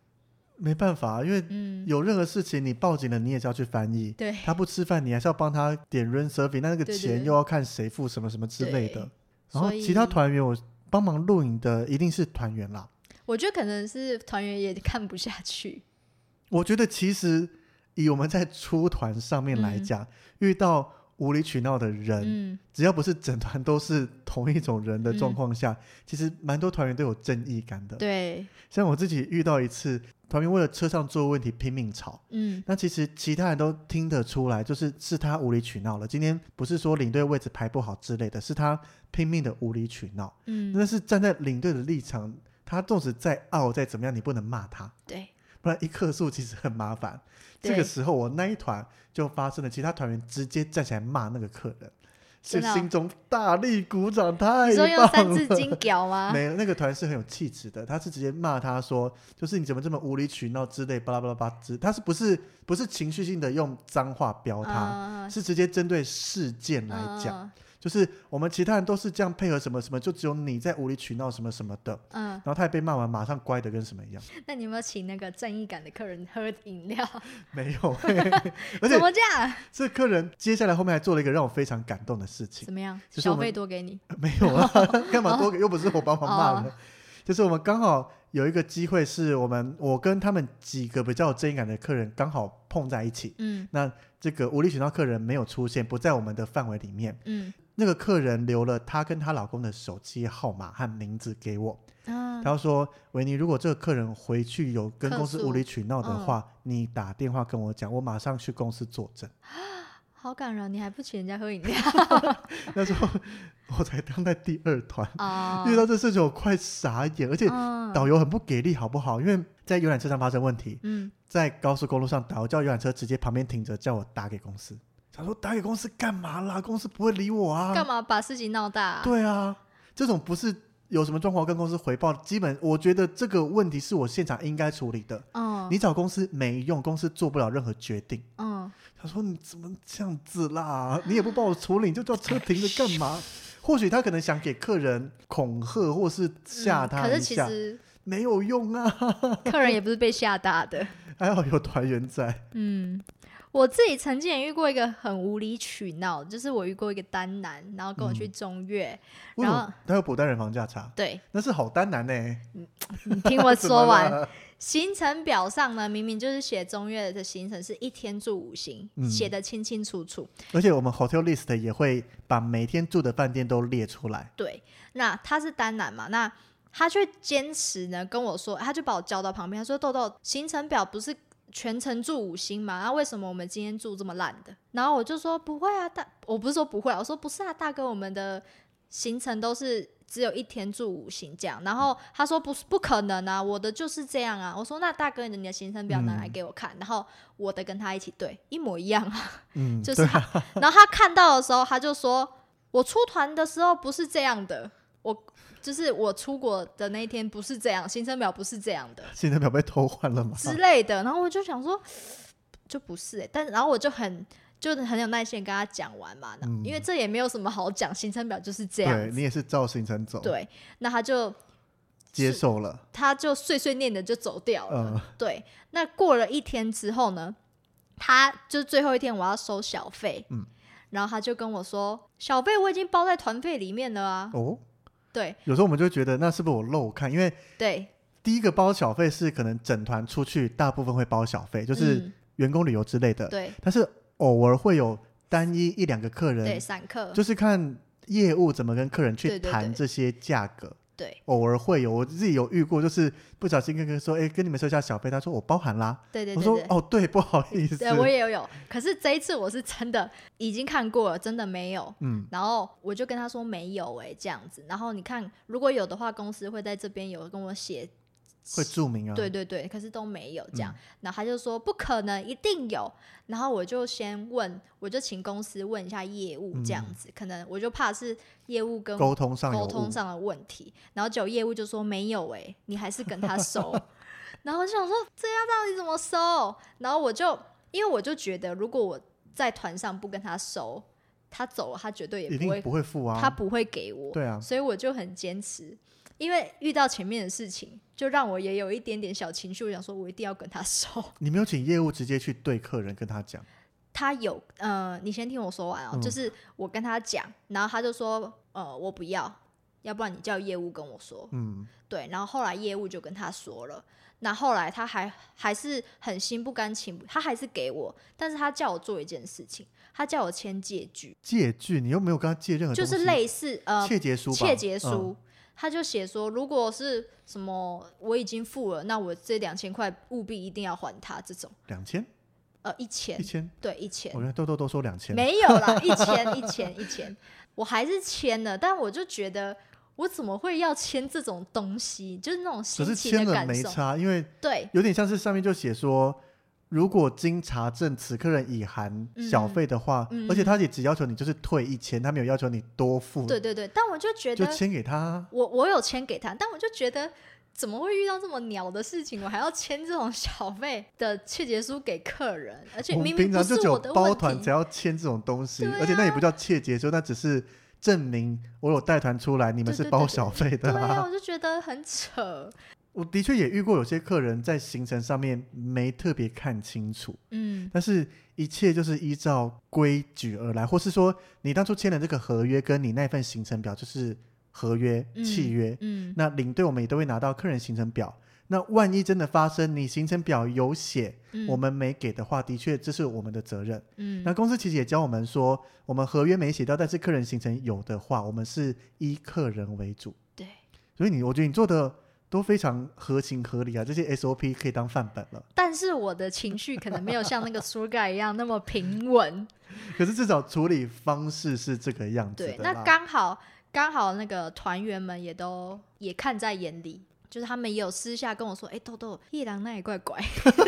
Speaker 2: 没办法，因为
Speaker 1: 嗯，
Speaker 2: 有任何事情你报警了，你也是要去翻译。
Speaker 1: 对
Speaker 2: 他不吃饭，你还是要帮他点 room service，那那个
Speaker 1: 嗯对对
Speaker 2: 钱
Speaker 1: 对
Speaker 2: 又要看谁付什么什么之类的
Speaker 1: 对。
Speaker 2: 然后
Speaker 1: 所以
Speaker 2: 其他团员，我帮忙录影的一定是团员啦。
Speaker 1: 我觉得可能是团员也看不下去。
Speaker 2: 我觉得其实以我们在出团上面来讲，遇到无理取闹的人，
Speaker 1: 嗯，
Speaker 2: 只要不是整团都是同一种人的状况下，其实蛮多团员都有正义感的。
Speaker 1: 嗯对，
Speaker 2: 像我自己遇到一次，团员为了车上座位问题拼命吵。
Speaker 1: 嗯。
Speaker 2: 那其实其他人都听得出来，就是是他无理取闹了。今天不是说领队位置排不好之类的，是他拼命的无理取闹。
Speaker 1: 嗯，
Speaker 2: 那是站在领队的立场，他纵使再傲再怎么样，你不能骂他。
Speaker 1: 对，
Speaker 2: 不然一客诉其实很麻烦。这
Speaker 1: 对
Speaker 2: 个时候我那一团就发生了，其他团员直接站起来骂那个客人，就
Speaker 1: 真的哦
Speaker 2: 心中大力鼓掌，太
Speaker 1: 你说用
Speaker 2: 棒
Speaker 1: 三字
Speaker 2: 了。
Speaker 1: 经屌 吗？
Speaker 2: 没有，那个团是很有气质的，他是直接骂他说，就是你怎么这么无理取闹之类，巴拉巴拉巴拉之，他是不是不是情绪性的用脏话飙他，
Speaker 1: 嗯
Speaker 2: 是直接针对事件来讲，，就是我们其他人都是这样配合什么什么，就只有你在无理取闹什么什么的，
Speaker 1: 嗯，
Speaker 2: 然后他也被骂完，马上乖的跟什 么一样，
Speaker 1: 嗯那你有没有请那个正义感的客人喝饮料？
Speaker 2: 没有、嘿 嘿嘿 而且
Speaker 1: 怎么这样？
Speaker 2: 这客人接下来后面还做了一个让我非常感动的事情，
Speaker 1: 怎么样？
Speaker 2: 就是我
Speaker 1: 小
Speaker 2: 们
Speaker 1: 费多给你，
Speaker 2: 没有啊，
Speaker 1: 哦
Speaker 2: 干嘛多给？又不是我帮忙骂的，就是我们刚好有一个机会，是我们我跟他们几个比较有正义感的客人刚好碰在一起。
Speaker 1: 嗯
Speaker 2: 那这个无理取闹客人没有出现，不在我们的范围里面。
Speaker 1: 嗯
Speaker 2: 那个客人留了她跟她老公的手机号码和名字给我，
Speaker 1: 嗯，
Speaker 2: 他说：“维尼，如果这个客人回去有跟
Speaker 1: 客
Speaker 2: 公司
Speaker 1: 诉嗯
Speaker 2: 无理取闹的话，你打电话跟我讲，我马上去公司作 证。”
Speaker 1: 好感人，你还不请人家喝 饮料
Speaker 2: 那时候我才当在第二团，
Speaker 1: 啊？
Speaker 2: 遇到这事情我快傻眼，而且
Speaker 1: 嗯
Speaker 2: 导游很不给力，好不好？因为在游览车上发生问题，
Speaker 1: 嗯，
Speaker 2: 在高速公路上，导游叫游览车直接旁边停着，叫我打给公司。他说打给公司干嘛啦？公司不会理我啊。
Speaker 1: 干嘛把事情闹大啊？
Speaker 2: 对啊，这种不是有什么状况跟公司回报，基本我觉得这个问题是我现场应该处理的。
Speaker 1: 嗯
Speaker 2: 你找公司没用，公司做不了任何决定。
Speaker 1: 嗯，
Speaker 2: 他说：“你怎么这样子啦？你也不帮我处理，你就叫车停着干嘛？” 或许他可能想给客人恐吓，或是吓
Speaker 1: 嗯
Speaker 2: 他
Speaker 1: 可是
Speaker 2: 一
Speaker 1: 其
Speaker 2: 下，
Speaker 1: 实
Speaker 2: 没有用啊！
Speaker 1: 客人也不是被吓大的。
Speaker 2: 还好有团员在，
Speaker 1: 嗯，我自己曾经也遇过一个很无理取闹，就是我遇过一个单男，然后跟我
Speaker 2: 嗯
Speaker 1: 去中越，
Speaker 2: 为什
Speaker 1: 然后
Speaker 2: 么他有补单人房价差？
Speaker 1: 对
Speaker 2: 那是好单男呢、
Speaker 1: 你听 我
Speaker 2: 怎么
Speaker 1: 说完，
Speaker 2: 了
Speaker 1: 行程表上呢，明明就是写中越的行程是一天住五星，
Speaker 2: 嗯
Speaker 1: 写的清清楚楚。
Speaker 2: 而且我们 hotel list 也会把每天住的饭店都列出来。
Speaker 1: 对，那他是单男嘛，那他却坚持呢跟我说，他就把我叫到旁边，他说：“豆豆，行程表不是全程住五星嘛？那、为什么我们今天住这么烂的？”然后我就说：“不会啊，大，我不是说不会啊，我说不是啊，大哥，我们的行程都是。”只有一天住五星这样，然后他说不是不可能啊，我的就是这样啊。我说那大哥，你的行程表拿来
Speaker 2: 嗯
Speaker 1: 给我看，然后我的跟他一起对，一模一样啊。
Speaker 2: 嗯，
Speaker 1: 就是
Speaker 2: 对
Speaker 1: 他，然后他看到的时候，他就说：“我出团的时候不是这样的，我就是我出国的那一天不是这样，行程表不是这样 的
Speaker 2: 行程表被偷换了吗？
Speaker 1: 之类的。”然后我就想说，就不是、欸，但然后我就很就很有耐心地跟他讲完嘛，
Speaker 2: 嗯
Speaker 1: 因为这也没有什么好讲，行程表就是这样
Speaker 2: 对
Speaker 1: 子。
Speaker 2: 你也是照行程走，
Speaker 1: 对，那他就
Speaker 2: 接受了。
Speaker 1: 他就碎碎念的就走掉了。
Speaker 2: 嗯，
Speaker 1: 对，那过了一天之后呢，他就最后一天我要收小费，
Speaker 2: 嗯
Speaker 1: 然后他就跟我说，小费我已经包在团费里面了啊，
Speaker 2: 哦，
Speaker 1: 对
Speaker 2: 有时候我们就会觉得那是不是我漏看？因为
Speaker 1: 对，
Speaker 2: 第一个包小费是可能整团出去，大部分会包小费，就是呃
Speaker 1: 嗯
Speaker 2: 员工旅游之类的。
Speaker 1: 对
Speaker 2: 但是偶尔会有单一一两个客
Speaker 1: 对
Speaker 2: 人，
Speaker 1: 散客，
Speaker 2: 就是看业务怎么跟客人去
Speaker 1: 对对
Speaker 2: 谈
Speaker 1: 对
Speaker 2: 这些价格。
Speaker 1: 对
Speaker 2: 偶尔会有，我自己有遇过，就是不小心跟客人说：“哎、跟你们收一下小费。”他说：“我包含啦。
Speaker 1: 对对
Speaker 2: 我
Speaker 1: 对
Speaker 2: 说
Speaker 1: 对：“。
Speaker 2: 哦，对，不好意思。
Speaker 1: 对，我也有有，可是这一次我是真的已经看过了，真的没有。
Speaker 2: 嗯，
Speaker 1: 然后我就跟他说没有哎、这样子。然后你看，如果有的话，公司会在这边有跟我写
Speaker 2: 会注明啊。
Speaker 1: 对对对，可是都没有这样。
Speaker 2: 嗯
Speaker 1: 然后他就说不可能，一定有。然后我就先问，我就请公司问一下业务这样子，可能我就怕是业务跟
Speaker 2: 嗯沟通上有
Speaker 1: 沟通
Speaker 2: 误
Speaker 1: 上的问题。然后就有业务就说没有哎、你还是跟他 收。然后我就想说这样到底怎么收？然后我就因为我就觉得，如果我在团上不跟他收，他走了，他绝
Speaker 2: 一
Speaker 1: 对也不会
Speaker 2: 定，不会付啊。
Speaker 1: 他不会给我。
Speaker 2: 对啊，
Speaker 1: 所以我就很坚持，因为遇到前面的事情，就让我也有一点点小情绪，我想说我一定要跟他 收。
Speaker 2: 你没有请业务直接去对客人跟他讲。
Speaker 1: 他有，呃，你先听我说完哦，
Speaker 2: 嗯
Speaker 1: 就是我跟他讲，然后他就说，呃，我不要，要不然你叫业务跟我说。
Speaker 2: 嗯，
Speaker 1: 对，然后后来业务就跟他说了，那后来他还还是很心不甘情不，他还是给我，但是他叫我做一件事情，他叫我签借据，
Speaker 2: 借据你又没有跟他借任何
Speaker 1: 就
Speaker 2: 东
Speaker 1: 是
Speaker 2: 西
Speaker 1: 类似呃
Speaker 2: 切结书吧，
Speaker 1: 切结
Speaker 2: 嗯
Speaker 1: 书，他就写说，如果是什么我已经付了，那我这两千块务必一定要还他这种，
Speaker 2: 两千
Speaker 1: 呃，一千
Speaker 2: 一，千，
Speaker 1: 对，一千
Speaker 2: 我，原来豆豆都说两千，
Speaker 1: 没有啦，一千，一千，一千，我还是签了，但我就觉得我怎么会要签这种东西？就是那种
Speaker 2: 可
Speaker 1: 心
Speaker 2: 是
Speaker 1: 情
Speaker 2: 签
Speaker 1: 的
Speaker 2: 了
Speaker 1: 感
Speaker 2: 没
Speaker 1: 受。
Speaker 2: 差，因为
Speaker 1: 对，
Speaker 2: 有点像是上面就写说，如果经查证此客人已含小费的话，
Speaker 1: 嗯嗯
Speaker 2: 而且他也只要求你就是退一千，他没有要求你多付，
Speaker 1: 对对对，但我就觉
Speaker 2: 就
Speaker 1: 得
Speaker 2: 签给他。
Speaker 1: 我我有签给他，但我就觉得怎么会遇到这么鸟的事情？我还要签这种小费的切结书给客人，而且
Speaker 2: 我
Speaker 1: 明
Speaker 2: 们
Speaker 1: 明
Speaker 2: 平
Speaker 1: 不
Speaker 2: 常就是只有
Speaker 1: 我的
Speaker 2: 包团
Speaker 1: 问题
Speaker 2: 才。要签这种东西，
Speaker 1: 对啊
Speaker 2: 而且那也不叫窃结，就那只是证明我有带团出来，你们
Speaker 1: 对
Speaker 2: 是
Speaker 1: 对
Speaker 2: 包
Speaker 1: 对对
Speaker 2: 小费的
Speaker 1: 对
Speaker 2: 啊。
Speaker 1: 啊，我就觉得很扯。
Speaker 2: 我的确也遇过有些客人在行程上面没特别看清楚，
Speaker 1: 嗯，
Speaker 2: 但是一切就是依照规矩而来，或是说你当初签的这个合约跟你那份行程表就是合约、
Speaker 1: 嗯
Speaker 2: 契约。
Speaker 1: 嗯，
Speaker 2: 那领队我们也都会拿到客人行程表。那万一真的发生你行程表有写，
Speaker 1: 嗯
Speaker 2: 我们没给的话，的确这是我们的责任。
Speaker 1: 嗯
Speaker 2: 那公司其实也教我们说，我们合约没写到，但是客人行程有的话，我们是依客人为主。
Speaker 1: 对，
Speaker 2: 所以你，我觉得你做的都非常合情合理啊，这些 SOP 可以当范本了。
Speaker 1: 但是我的情绪可能没有像那个苏盖一样那么 平稳。
Speaker 2: 可是至少处理方式是这个样子
Speaker 1: 对
Speaker 2: 的，啦。
Speaker 1: 那刚好刚好那个团员们也都也看在眼里。就是他们也有私下跟我说：“哎、豆豆，夜郎那也怪 怪。”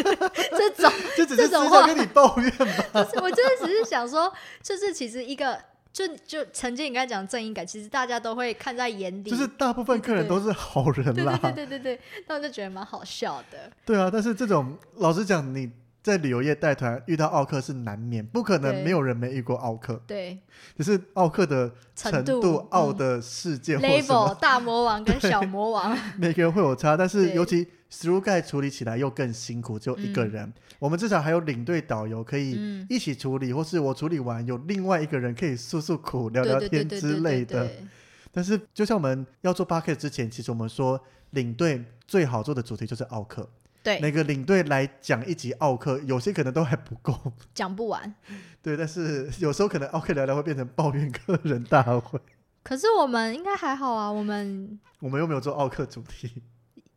Speaker 1: 这种，
Speaker 2: 这只是
Speaker 1: 这种
Speaker 2: 私下
Speaker 1: 话
Speaker 2: 跟你抱 怨吧。
Speaker 1: 就是我真的只是想说，就是其实一个，就就曾经你刚才讲正义感，其实大家都会看在眼里。
Speaker 2: 就是大部分客人都是好人
Speaker 1: 对对
Speaker 2: 啦，
Speaker 1: 对对对对，那我就觉得蛮好笑的。
Speaker 2: 对啊。但是这种老实讲，你在旅游业带团遇到奥克是难免，不可能
Speaker 1: 对
Speaker 2: 没有人没遇过奥克，
Speaker 1: 对
Speaker 2: 只是奥克的程
Speaker 1: 程度
Speaker 2: 度、奥
Speaker 1: 嗯
Speaker 2: 的世界或什么
Speaker 1: ，level 大魔王跟小魔王，
Speaker 2: 每个人会有差，但是
Speaker 1: 对
Speaker 2: 尤其 through 盖处理起来又更辛苦，只有一个人。我们至少还有领队导游可以
Speaker 1: 嗯
Speaker 2: 一起处理，或是我处理完有另外一个人可以诉诉苦、 聊聊
Speaker 1: 对对
Speaker 2: 天
Speaker 1: 对对
Speaker 2: 之
Speaker 1: 对
Speaker 2: 类
Speaker 1: 对
Speaker 2: 的。
Speaker 1: 对，
Speaker 2: 但是就像我们要做 p a r k e t 之前，其实我们说领队最好做的主题就是奥克，
Speaker 1: 对
Speaker 2: 每个领队来讲一集奥克，有些可能都还不够。
Speaker 1: 讲不完。
Speaker 2: 对，但是有时候可能奥克聊聊会变成抱怨客人大会，
Speaker 1: 可是我们应该还好啊，我们
Speaker 2: 我们又没有做奥克主题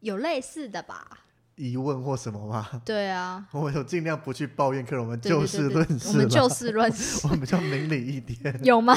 Speaker 1: 有类似的吧？
Speaker 2: 疑问或什么吗？
Speaker 1: 对啊，
Speaker 2: 我们有尽量不去抱怨客人，我们
Speaker 1: 对
Speaker 2: 就
Speaker 1: 对
Speaker 2: 事
Speaker 1: 对对
Speaker 2: 论
Speaker 1: 我
Speaker 2: 事
Speaker 1: 们
Speaker 2: 啦，
Speaker 1: 就事论事，
Speaker 2: 我们比较明理一点，
Speaker 1: 有吗？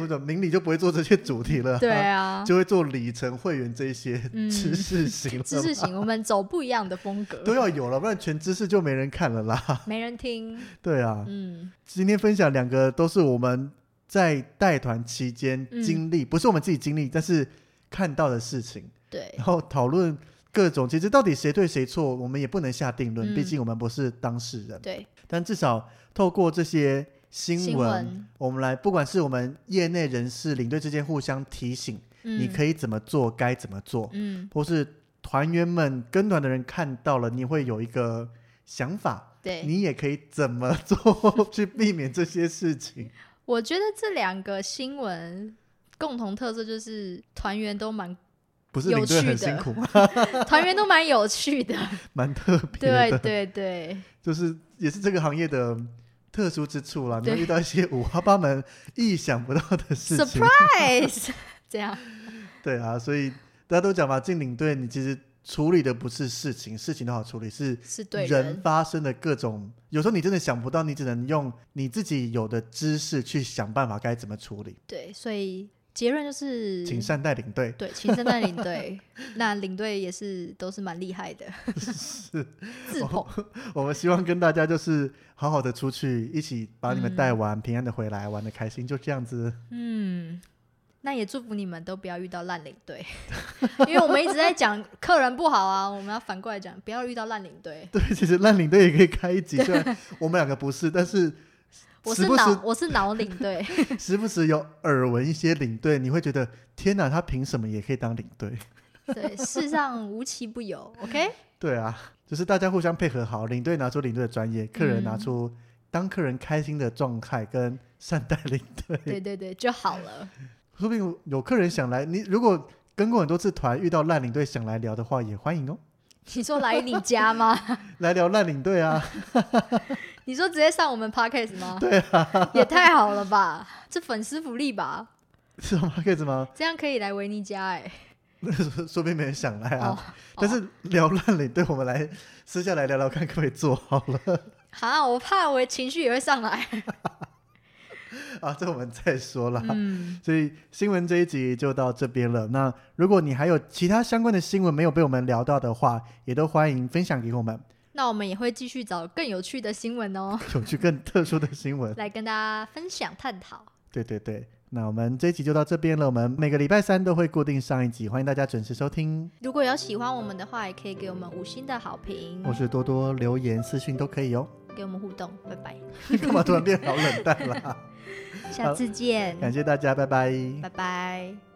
Speaker 2: 我讲明理就不会做这些主题了，
Speaker 1: 对，啊，
Speaker 2: 就会做里程会员这一些
Speaker 1: 嗯
Speaker 2: 知识型了，
Speaker 1: 知识型，我们走不一样的风
Speaker 2: 都
Speaker 1: 格，
Speaker 2: 要有了，不然全知识就没人看了 啦。
Speaker 1: 没人听。
Speaker 2: 对啊，
Speaker 1: 嗯，
Speaker 2: 今天分享两个都是我们在带团期间
Speaker 1: 嗯
Speaker 2: 经历，不是我们自己经历，但是看到的事情，
Speaker 1: 对
Speaker 2: 然后讨论各种，其实到底谁对谁错，我们也不能下定论，
Speaker 1: 嗯
Speaker 2: 毕竟我们不是当事人。
Speaker 1: 对，
Speaker 2: 但至少透过这些新闻，
Speaker 1: 新闻
Speaker 2: 我们来，不管是我们业内人士、领队之间互相提醒，你
Speaker 1: 嗯
Speaker 2: 可以怎么做，该怎么做，
Speaker 1: 嗯，
Speaker 2: 或是团员们跟团的人看到了，你会有一个想法，
Speaker 1: 对，
Speaker 2: 你也可以怎么做 去避免这些事情。
Speaker 1: 我觉得这两个新闻共同特色就是团员都蛮
Speaker 2: 不是
Speaker 1: 有
Speaker 2: 领队
Speaker 1: 趣
Speaker 2: 很
Speaker 1: 的
Speaker 2: 辛苦吗？
Speaker 1: 团员都蛮有趣的，
Speaker 2: 蛮特别的，
Speaker 1: 对对对
Speaker 2: 就是也是这个行业的。特殊之处啦，你会
Speaker 1: 对
Speaker 2: 遇到一些五花八门、意想不到的事情。
Speaker 1: ，surprise，这 样
Speaker 2: 对啊，所以大家都讲嘛，进领队你其实处理的不是事情，事情都好处理，是
Speaker 1: 是对
Speaker 2: 人
Speaker 1: 人，
Speaker 2: 发生的各种，有时候你真的想不到，你只能用你自己有的知识去想办法该怎么处理。
Speaker 1: 对，所以结论就是
Speaker 2: 请善待领队，
Speaker 1: 对，亲生带领队，那领队也是都是蛮厉害的， 自捧，
Speaker 2: 我们希望跟大家就是好好的出去，一起把你们带完，平安的回来，玩的开心，就这样子。
Speaker 1: 嗯。那也祝福你们都不要遇到烂领队， 因为我们一直在讲客人不好啊，我们要反过来讲，不要遇到烂领队。
Speaker 2: 对，其实烂领队也可以开一集，虽然我们两个不是，但是
Speaker 1: 我
Speaker 2: 时
Speaker 1: 是
Speaker 2: 不时
Speaker 1: 脑，我是脑领队，
Speaker 2: 时不时有耳闻一些领队，你会觉得天哪，他凭什么也可以当领队？
Speaker 1: 对，世上无奇不有，OK？
Speaker 2: 对啊，就是大家互相配合好，领队拿出领队的专业，客人
Speaker 1: 嗯
Speaker 2: 拿出当客人开心的状态跟善待领队。
Speaker 1: 对对对，就好了。
Speaker 2: 说不定有客人想来，你如果跟过很多次团，遇到烂领队想来聊的话，也欢迎哦，
Speaker 1: 你说来你家吗？
Speaker 2: 来聊烂领队啊。
Speaker 1: 你说直接上我们 podcast 吗？对啊， 也太好了吧，这粉丝福利吧，
Speaker 2: 是吗？可以吗？
Speaker 1: 这样可以来维尼家哎、
Speaker 2: 说说不定没人想来啊。
Speaker 1: 哦
Speaker 2: 但是聊烂领队，我们来私下来聊聊看，可不可以做好了？
Speaker 1: 哈，我怕我的情绪也会上来。
Speaker 2: 啊，这我们再说啦。
Speaker 1: 嗯，
Speaker 2: 所以新闻这一集就到这边了。那如果你还有其他相关的新闻没有被我们聊到的话，也都欢迎分享给我 们，
Speaker 1: 那我们也会继续找更有趣的新闻 哦，
Speaker 2: 有趣更特殊的新闻。
Speaker 1: 来跟大家分享探讨。
Speaker 2: 对对对，那我们这一集就到这边了。我们每个礼拜三都会固定上一集，欢迎大家准时收听。
Speaker 1: 如果有喜欢我们的话，也可以给我们五星的好评，
Speaker 2: 我是多多，留言私讯都可以哦。
Speaker 1: 给我们互动，拜拜，
Speaker 2: 干嘛突然变好冷淡啦？
Speaker 1: 下次见，
Speaker 2: 感谢大家，拜拜
Speaker 1: 拜拜。